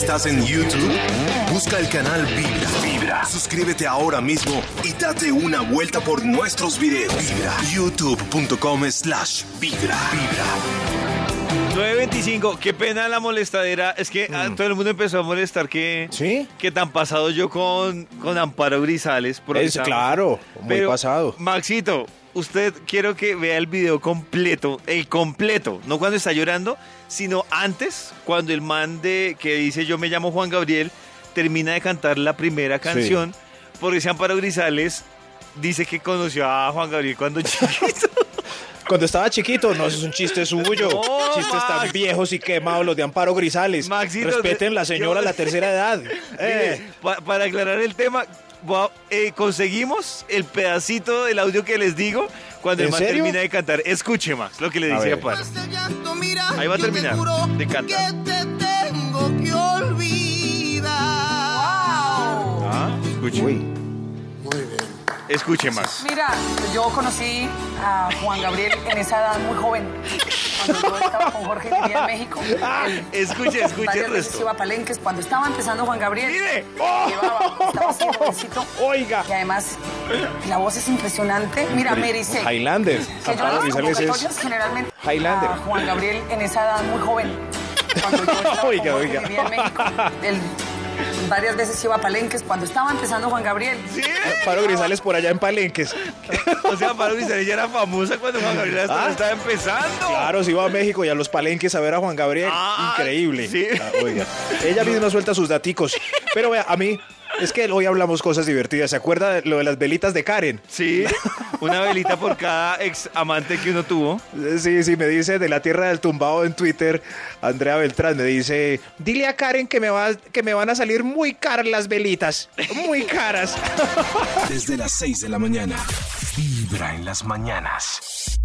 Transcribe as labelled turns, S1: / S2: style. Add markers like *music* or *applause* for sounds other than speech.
S1: Estás en YouTube, busca el canal Vibra. Vibra. Suscríbete ahora mismo y date una vuelta por nuestros videos. Vibra. YouTube.com slash Vibra. Vibra.
S2: 9.25, qué pena la molestadera. Es que ah, todo el mundo empezó a molestar que,
S3: Mm. ¿Sí?
S2: que tan pasado yo con, con Amparo Grisales. porque
S3: Es
S2: estaba-
S3: claro, muy
S2: Pero,
S3: pasado.
S2: Maxito, usted quiero que vea el video completo, el completo, no cuando está llorando, sino antes, cuando el man de que dice yo me llamo Juan Gabriel termina de cantar la primera canción, porque ese Amparo Grisales dice que conoció a Juan Gabriel cuando *laughs* chiquito.
S3: Cuando estaba chiquito, no, eso es un chiste suyo.
S2: No,
S3: Chistes
S2: Max.
S3: tan viejos y quemados, los de Amparo Grisales.
S2: Maxito,
S3: Respeten la señora
S2: yo-
S3: la
S2: *laughs*
S3: tercera edad.
S2: Mire,
S3: Eh,
S2: pa- para aclarar el tema, voy a- eh, conseguimos el pedacito del audio que les digo cuando el
S3: ¿En
S2: man
S3: serio?
S2: termina de cantar. Escuche más lo que le
S3: A
S2: dice
S3: ver.
S2: a Paz.
S4: Este llanto, mira,
S2: Ahí va a
S4: yo te
S2: terminar.
S4: juro
S2: Te canta.
S4: Que te tengo que olvidar.
S2: Ah, escuche.
S3: uy,
S2: Escuche más.
S5: Mira, yo conocí a Juan Gabriel en esa edad muy joven. Cuando yo estaba con Jorge y vivía en México.
S3: Ah,
S2: Escuche, escuche
S5: Varias
S2: el
S5: veces
S2: resto.
S5: iba a Palenques cuando estaba empezando Juan Gabriel.
S2: Mire.
S5: Llevaba, estaba así, jovencito.
S3: Oiga.
S5: Y además, la voz es impresionante. Mira, me dice.
S3: Highlander.
S5: Que yo en
S3: Amparo
S5: las
S3: Grisales
S5: convocatorias
S3: es.
S5: generalmente
S3: Highlander.
S5: a Juan Gabriel en esa edad muy joven. Cuando yo estaba
S3: Oiga,
S5: con Jorge
S3: oiga.
S5: y vivía en México. Él varias veces iba a Palenques cuando estaba empezando Juan Gabriel.
S2: Sí.
S3: Amparo Grisales por allá en Palenques.
S2: O sea, Amparo Grisales ya era famosa cuando Juan Gabriel hasta
S3: Ah.
S2: estaba empezando.
S3: Claro, se iba a México y a los Palenques a ver a Juan Gabriel.
S2: Ah,
S3: Increíble.
S2: sí.
S3: Ah, oiga. Ella misma suelta sus daticos. Pero vea, a mí. Es que hoy hablamos cosas divertidas. ¿Se acuerda de lo de las velitas de Karen?
S2: Sí, una velita por cada ex amante que uno tuvo.
S3: Sí, sí, me dice de la tierra del tumbado en Twitter, Andrea Beltrán me dice, dile a Karen que me, va, que me van a salir muy caras las velitas, muy caras.
S1: Desde las 6 de la mañana. Vibra en las mañanas.